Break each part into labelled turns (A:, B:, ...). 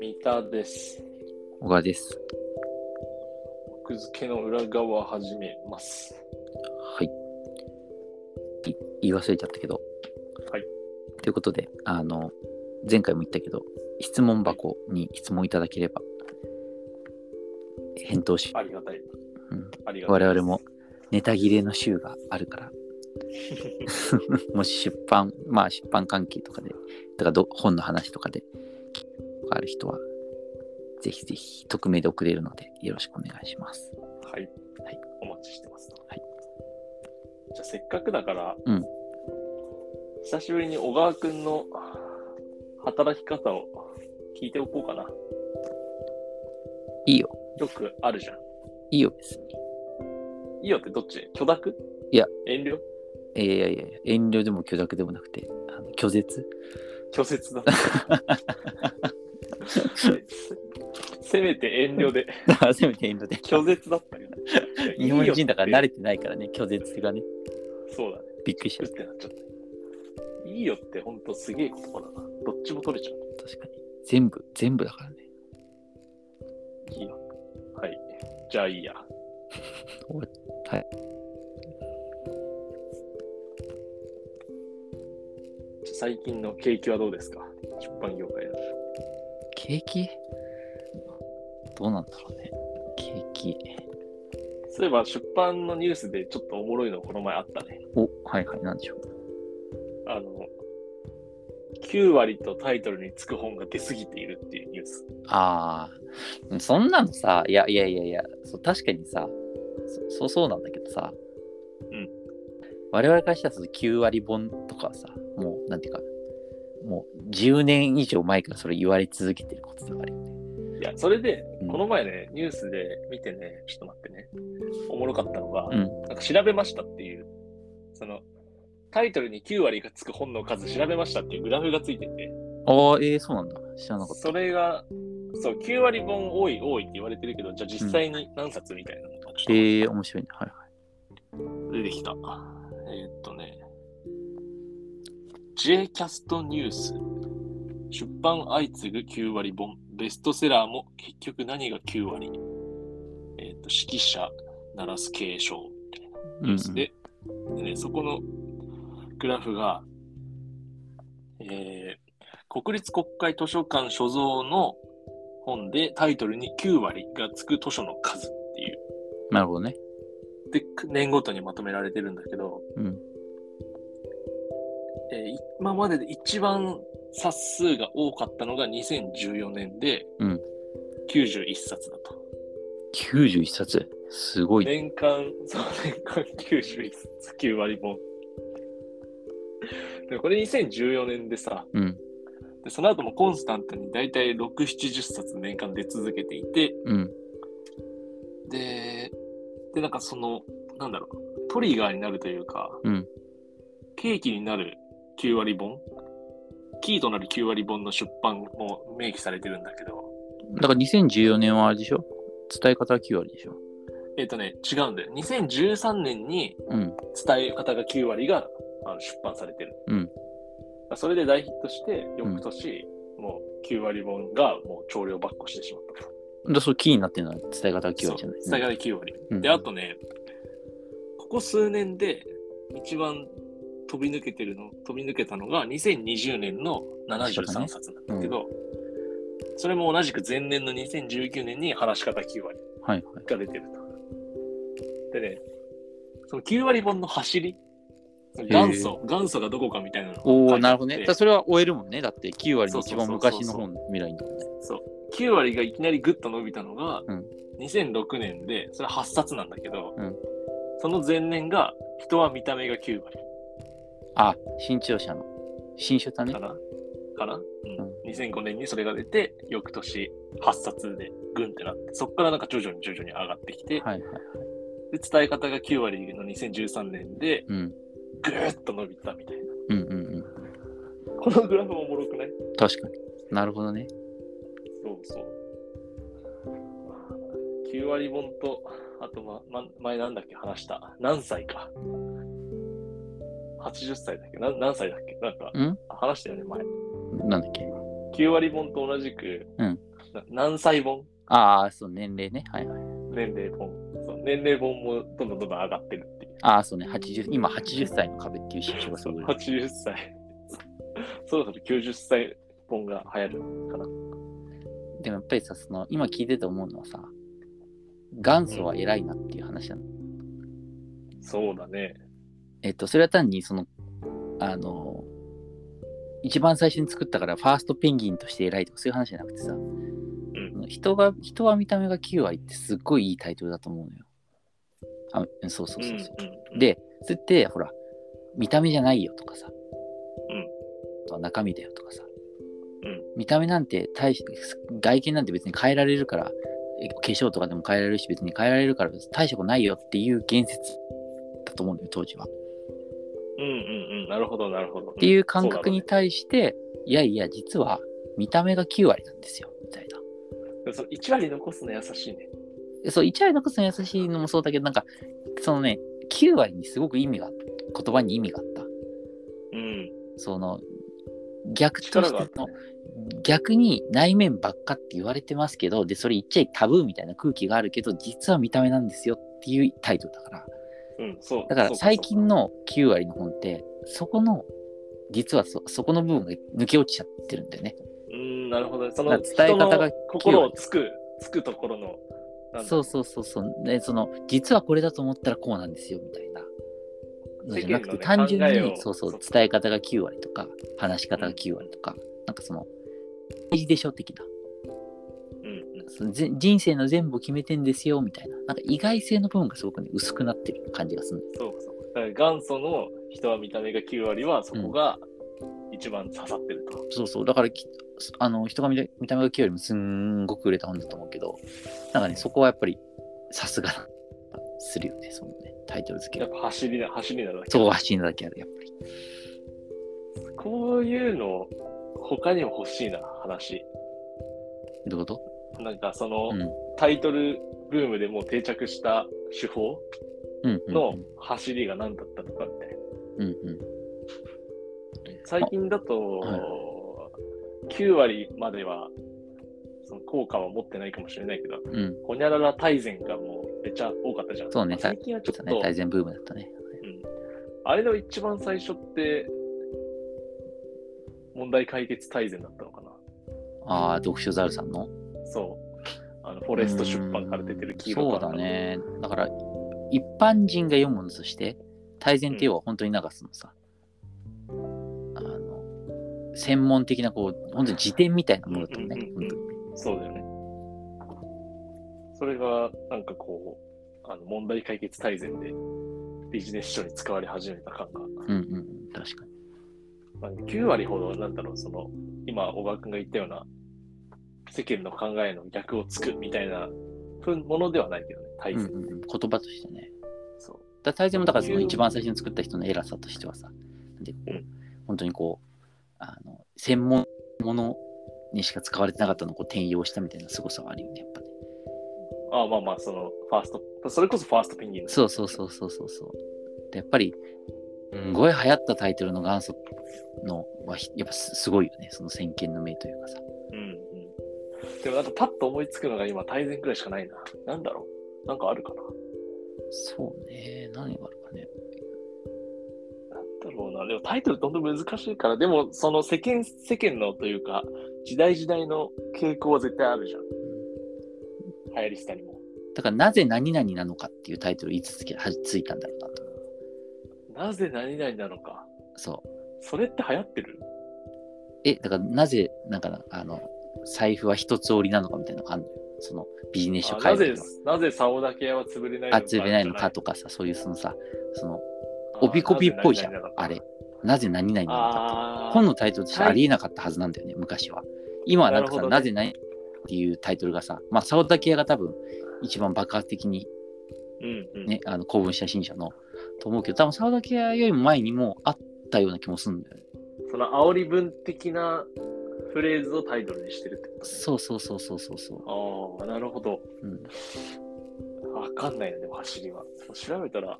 A: 三田です。
B: 小川です。
A: 奥付けの裏側始めます。
B: はい。い言い忘れちゃったけど。
A: はい。
B: ということで、あの、前回も言ったけど、質問箱に質問いただければ、返答し、
A: ありがたい。
B: ん
A: ありがたい
B: 我々も。ネタ切れの週がある から、もし出版、まあ出版関係とかで、とかど本の話とかで、ある人は、ぜひぜひ、匿名で送れるので、よろしくお願いします。
A: はい。
B: はい
A: お待ちしてます。
B: はい。
A: じゃあせっかくだから、
B: うん
A: 久しぶりに小川くんの働き方を聞いておこうかな。
B: いいよ、
A: よくあるじゃん。
B: いいよ、別に。
A: いいよってどっち許諾
B: いや。
A: 遠慮
B: えーいやいやいや遠慮でも許諾でもなくて、あの 拒絶
A: 拒絶 だ。せめて遠慮で、
B: せめて遠 慮で。
A: 拒絶だったよ。
B: 日本人だから慣
A: れ
B: れてないからね、拒絶がね。
A: そうだね。
B: びっくりしち
A: う
B: ゃ
A: っ
B: う。
A: てなっちゃった。いいよってほんとすげえ言葉だな。どっちも取れちゃう。
B: 確かに。全部、全部だからね。
A: いいよ。はい。じゃあいいや。
B: はい。
A: じゃあ最近の景気はどうですか出版業界の。
B: 景気どうなんだろうね。景気。
A: そういえば出版のニュースでちょっとおもろいのこの前あったね。
B: お、はいはい、なんでしょう。
A: あの、9割とタイトルにつく本が出過ぎているっていうニュース。
B: ああ、そんなのさ、いやいやいやいや、そう確かにさ、そそうそうなんだけどさ、
A: うん。
B: 我々からしたらその9割本とかはさ、もう、なんていうか、もう10年以上前からそれ言われ続けてることだからよね。
A: いや、それで、
B: うん
A: この前ね、ニュースで見てね、ちょっと待ってね、おもろかったのが、
B: うん
A: なんか調べましたっていう、その、タイトルに9割がつく本の数調べましたっていうグラフがついてて、
B: ああ、ええそうなんだ。知らなかった。
A: それが、そう、9割本多い多いって言われてるけど、じゃあ実際に何冊みたいなのがちょっ
B: ええ面白いね。はいはい。
A: と出てきた。えーっとね、J キャストニュース、出版相次ぐ9割本、ベストセラーも結局何が9割えーっと、指揮者、鳴らす継承みたいなニュースで、でね、そこのグラフが、えー国立国会図書館所蔵の本でタイトルに9割がつく図書の数っていう。
B: なるほどね。
A: で、く年ごとにまとめられてるんだけど、
B: うん。
A: えー今までで一番冊数が多かったのが2014年で、
B: うん
A: 91冊だと。
B: 91冊。すごい。
A: 年間、そう、年間91冊、9割本。でもこれ2014年でさ、
B: うん。
A: でその後もコンスタントに大体6、70冊年間出続けていて、
B: うん。
A: で、で、なんかその、なんだろう、トリガーになるというか、
B: うん。
A: 契機になる9割本キーとなる9割本の出版も明記されてるんだけど、
B: だから2014年はあれでしょ伝え方は9割でしょ
A: えっ、とね、違うんだよ。2013年に
B: うん。
A: 伝え方が9割があの出版されてる。
B: うん
A: それで大ヒットして、翌年、もう9割本がもう調量ばっこしてしまったと。
B: だそう、キーになってるのは伝え方は9
A: そう
B: 割じゃない。
A: 伝え方が9割。
B: うん
A: で、あとね、ここ数年で一番飛び抜けてるの、飛び抜けたのが2020年の73冊なんだけど、それも同じく前年の2019年に話し方9割
B: はいはい。
A: が出てると。でね、その9割本の走り、その元祖、元祖がどこかみたいなのが
B: お
A: 書
B: お
A: いてあって
B: なるほどね。だからそれは終えるもんね。だって9割の
A: そ
B: 一
A: うそう
B: 番
A: そうそう
B: 昔の本未来のもんね。
A: 9割がいきなりグッと伸びたのが、
B: うん
A: 2006年でそれ8冊なんだけど、
B: うん
A: その前年が「人は見た目が9割
B: あ、新潮社の。新書だね
A: か。な」かな、うん
B: うん
A: 2005年にそれが出て翌年8冊でグンってなってそっからなんか徐々に徐々に上がってきて、
B: はいはい。
A: で伝え方が9割の2013年で
B: うん。
A: グーッと伸びたみたいな
B: うんうん
A: このグラフおもろくない
B: うん。確かに。なるほどね。
A: そうそう。9割本とあと、ま、ま、前なんだっけ話した。何歳か。80歳だっけな何歳だっけなんか
B: ん、
A: あ話したよね、前。
B: なんだっけ
A: 9割本と同じく、
B: うん
A: な何歳本
B: ああ、そう、年齢ね。はいはい。
A: 年齢本。そう年齢本もどんどんどんどん上がってるっていう。
B: ああ、そうね。80今、80歳の壁っていう印象がすごい。
A: 80歳。そろそろ90歳本が流行るかな。
B: でもやっぱりさ、その、今聞いてて思うのはさ、元祖は偉いなっていう話なの。
A: そうだね。
B: えっと、それは単に、その、あの、一番最初に作ったから、ファーストペンギンとして偉いとか、そういう話じゃなくてさ、人が、人は見た目が9割ってすっごいいいタイトルだと思うのよ。あ、うんそうそうそうそう。
A: うんうん、
B: で、それって、ほら、見た目じゃないよとかさ、
A: うん
B: あとは中身だよとかさ、
A: うん
B: 見た目なんて大し、外見なんて別に変えられるから、え化粧とかでも変えられるし、別に変えられるから大したことないよっていう言説だと思うんだよ、当時は。っ
A: うんうんうん。なるほど、なるほど。って
B: いう感覚に対して、いやいや、実は見た目が9割なんですよ、みたいな。
A: その1割残すの優しいね。
B: そう、1割残すの優しいのもそうだけど、なんか、そのね、9割にすごく意味が、言葉に意味があった。
A: うん。
B: その逆と
A: 力
B: し
A: があってた
B: の逆に内面ばっかって言われてますけどでそれ言っちゃいタブーみたいな空気があるけど実は見た目なんですよっていうタイトルだから
A: うん、そう。
B: だか
A: そ
B: ら
A: う
B: 最近。の9割の本ってそこの実はそそこの部分が抜け落ちちゃってるんだよね
A: そうそううん、なるほど、ね。その
B: だから伝え方
A: 人
B: が
A: の心をつく、つくところの。なんだ
B: そうそうそうそうでその実はこれだと思ったらこうなんですよみたいなのじゃなくて、
A: 世間のね
B: 単純
A: 考え
B: に
A: を
B: そうそう
A: そう
B: 伝え方が9割とか話し方が9割とか、なんかその大事でしょ的な
A: うんうん。
B: そのぜ人生の全部を決めてんですよみたいななんか意外性の部分がすごく、ね、薄くなってる感じがするんで
A: そうそう。だから元祖の人は見た目が9割は、そこが一番刺さってると。
B: すそうそうだからきあの人が見た見た目がきよりもすんごく売れた本だと思うけどなんかねそこはやっぱりさすがだするよねそのねタイトル付け
A: やっ
B: が
A: ぱ走りな、走りなだけ。
B: そう走るだけあるやっぱり
A: こういうの、他にも欲しいな、話。
B: どういうこと
A: なんかその、
B: うんうん
A: タイトルブームでもう定着した手法
B: うんうん
A: の走りが何だったのかみたいな。
B: うんうん
A: 最近だと、
B: はい
A: 9割まではその効果は持ってないかもしれないけど、
B: うん
A: ほにゃらら大全がもうめっちゃ多かったじゃん。
B: そうね
A: まあ最近はちょっ
B: そ
A: と、
B: うね大前ブームだったね
A: うんあれの一番最初って、問題解決大全だったのかな。
B: ああ読書ザルさんの
A: そう。あのフォレスト出版から出てる黄色
B: そうだ。ねだから一般人が読むのとして大前って要は本当になんかそのさ、あの専門的なこう本当に辞典みたいなものだと思うね、
A: うんうんうんそうだよね。それが、なんかこう、あの問題解決大全でビジネス書に使われ始めた感が
B: うんうんうん確かに
A: まあ、9割ほど、なんだろう、その、今、小川君が言ったような、世間の考えの逆をつくみたいなふんものではないけどね、大
B: うん
A: 切、
B: うんうん言葉としてね
A: そう。
B: だ大前もだからその一番最初に作った人の偉さとしてはさなんでこう、
A: うん
B: 本当にこうあの専門ものにしか使われてなかったのをこう転用したみたいな凄さはあるよねやっぱね
A: ああまあまあ、その、ファースト、それこそファーストペンギンの
B: そうそうそうそうそうそう。でやっぱり、すごい流行ったタイトルの元祖のはひ、やっぱすすごいよね、その先見の明というかさ。
A: うんうん。でもなんか、パッと思いつくのが今、大前くらいしかないな。なんだろう、なんかあるかな。
B: そうね、何があるかね。
A: なんだろうな。でも、タイトルどんどん難しいから、でも、その世間、世間のというか、時代時代の傾向は絶対あるじゃん。流行りしたりも。
B: だから、なぜ何々なのかっていうタイトル言い続け、はついたんだろうなと思う。
A: なぜ何々なのか。
B: そう。
A: それって流行ってる
B: え、だから、なぜ、なんかな、あの、財布は一つ折りなのかみたいなのがあるのよ。そのビジネス書
A: あ
B: 書
A: ない
B: て
A: ぜ
B: る、
A: なぜ竿だけ屋は潰れない
B: あ、
A: のか。
B: 潰れないのかと
A: か。
B: かさ、そういうそのさ、その、
A: あー
B: おびこびっぽいじゃん
A: なぜ、
B: あれ。なぜ何々なのかっていう
A: あー
B: 本のタイトルとしてありえなかったはずなんだよね、昔は。今はなんかさ、
A: なるほどね
B: なぜないっていうタイトルがさ、まあ、沢田系が多分一番爆発的に
A: うんうん
B: ね、あの公文写真者のと思うけど、多分沢田系よりも前にもあったような気もするんだよね。
A: その煽り文的なフレーズをタイトルにしてるってことね
B: そうそうそうそうそうそう。
A: ああ、なるほど。
B: うん、
A: あわかんないな、でも走りは。調べたら、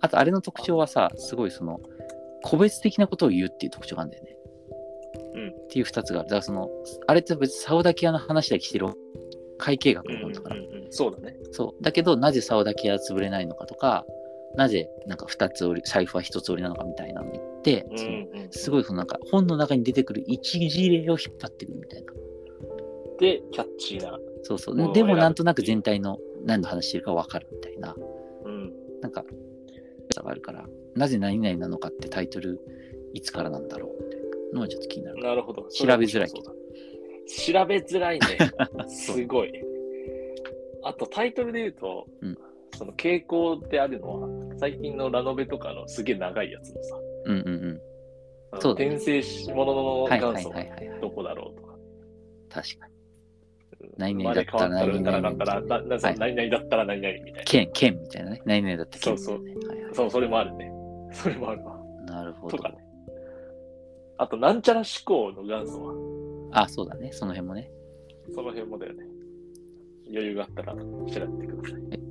B: あと、あれの特徴はさ、すごいその、個別的なことを言うっていう特徴があるんだよね。
A: うん
B: っていう2つがある。だからその、あれって別にサオダキアの話だけしてる会計学の本とかな、
A: うんうん、そうだね。
B: そう。だけど、なぜサオダキアは潰れないのかとか、なぜなんか2つ折り、財布は1つ折りなのかみたいなの言って、
A: うん
B: その
A: うん、
B: すごいそのなんか本の中に出てくる一事例を引っ張ってくるみたいな。
A: で、キャッチーな。
B: そうそ
A: もの
B: う。
A: を
B: で
A: 選ぶ
B: もなんとなく全体の何の話してるか分かるみたいな。
A: うん。
B: なんか、があるから、なぜ何々なのかってタイトル、いつからなんだろうみたいなのはちょっと気になる。
A: なるほど。
B: 調べづらいけど
A: それは面白そうだ。調べづらい ね。すごい。あとタイトルで言うと、
B: うん
A: その傾向ってあるのは、最近のラノベとかのすげえ長いやつのさ、
B: うんうんうん。
A: あの
B: そうだね
A: 転生しものの
B: はいはいは
A: 元
B: い
A: 祖
B: はい
A: は
B: はい。
A: どこだろうとか、
B: 確かに。
A: 生
B: 何
A: ま
B: 々だ
A: れ
B: っ
A: 変わ
B: た
A: った
B: ら
A: ら
B: 何
A: ならな
B: 々
A: んだら、
B: みたいな。
A: なな
B: はい
A: 何々だったら何々みたいな。
B: 剣、剣みたいなね。何々だった剣みたいなね。はいはい
A: そう、それもあるね。それもあるわ。
B: なるほ
A: と
B: ど
A: か。ね。あと、なんちゃら思考の元祖は、
B: あ、そうだね。その辺もね。
A: その辺もだよね。余裕があったら調べてください。
B: はい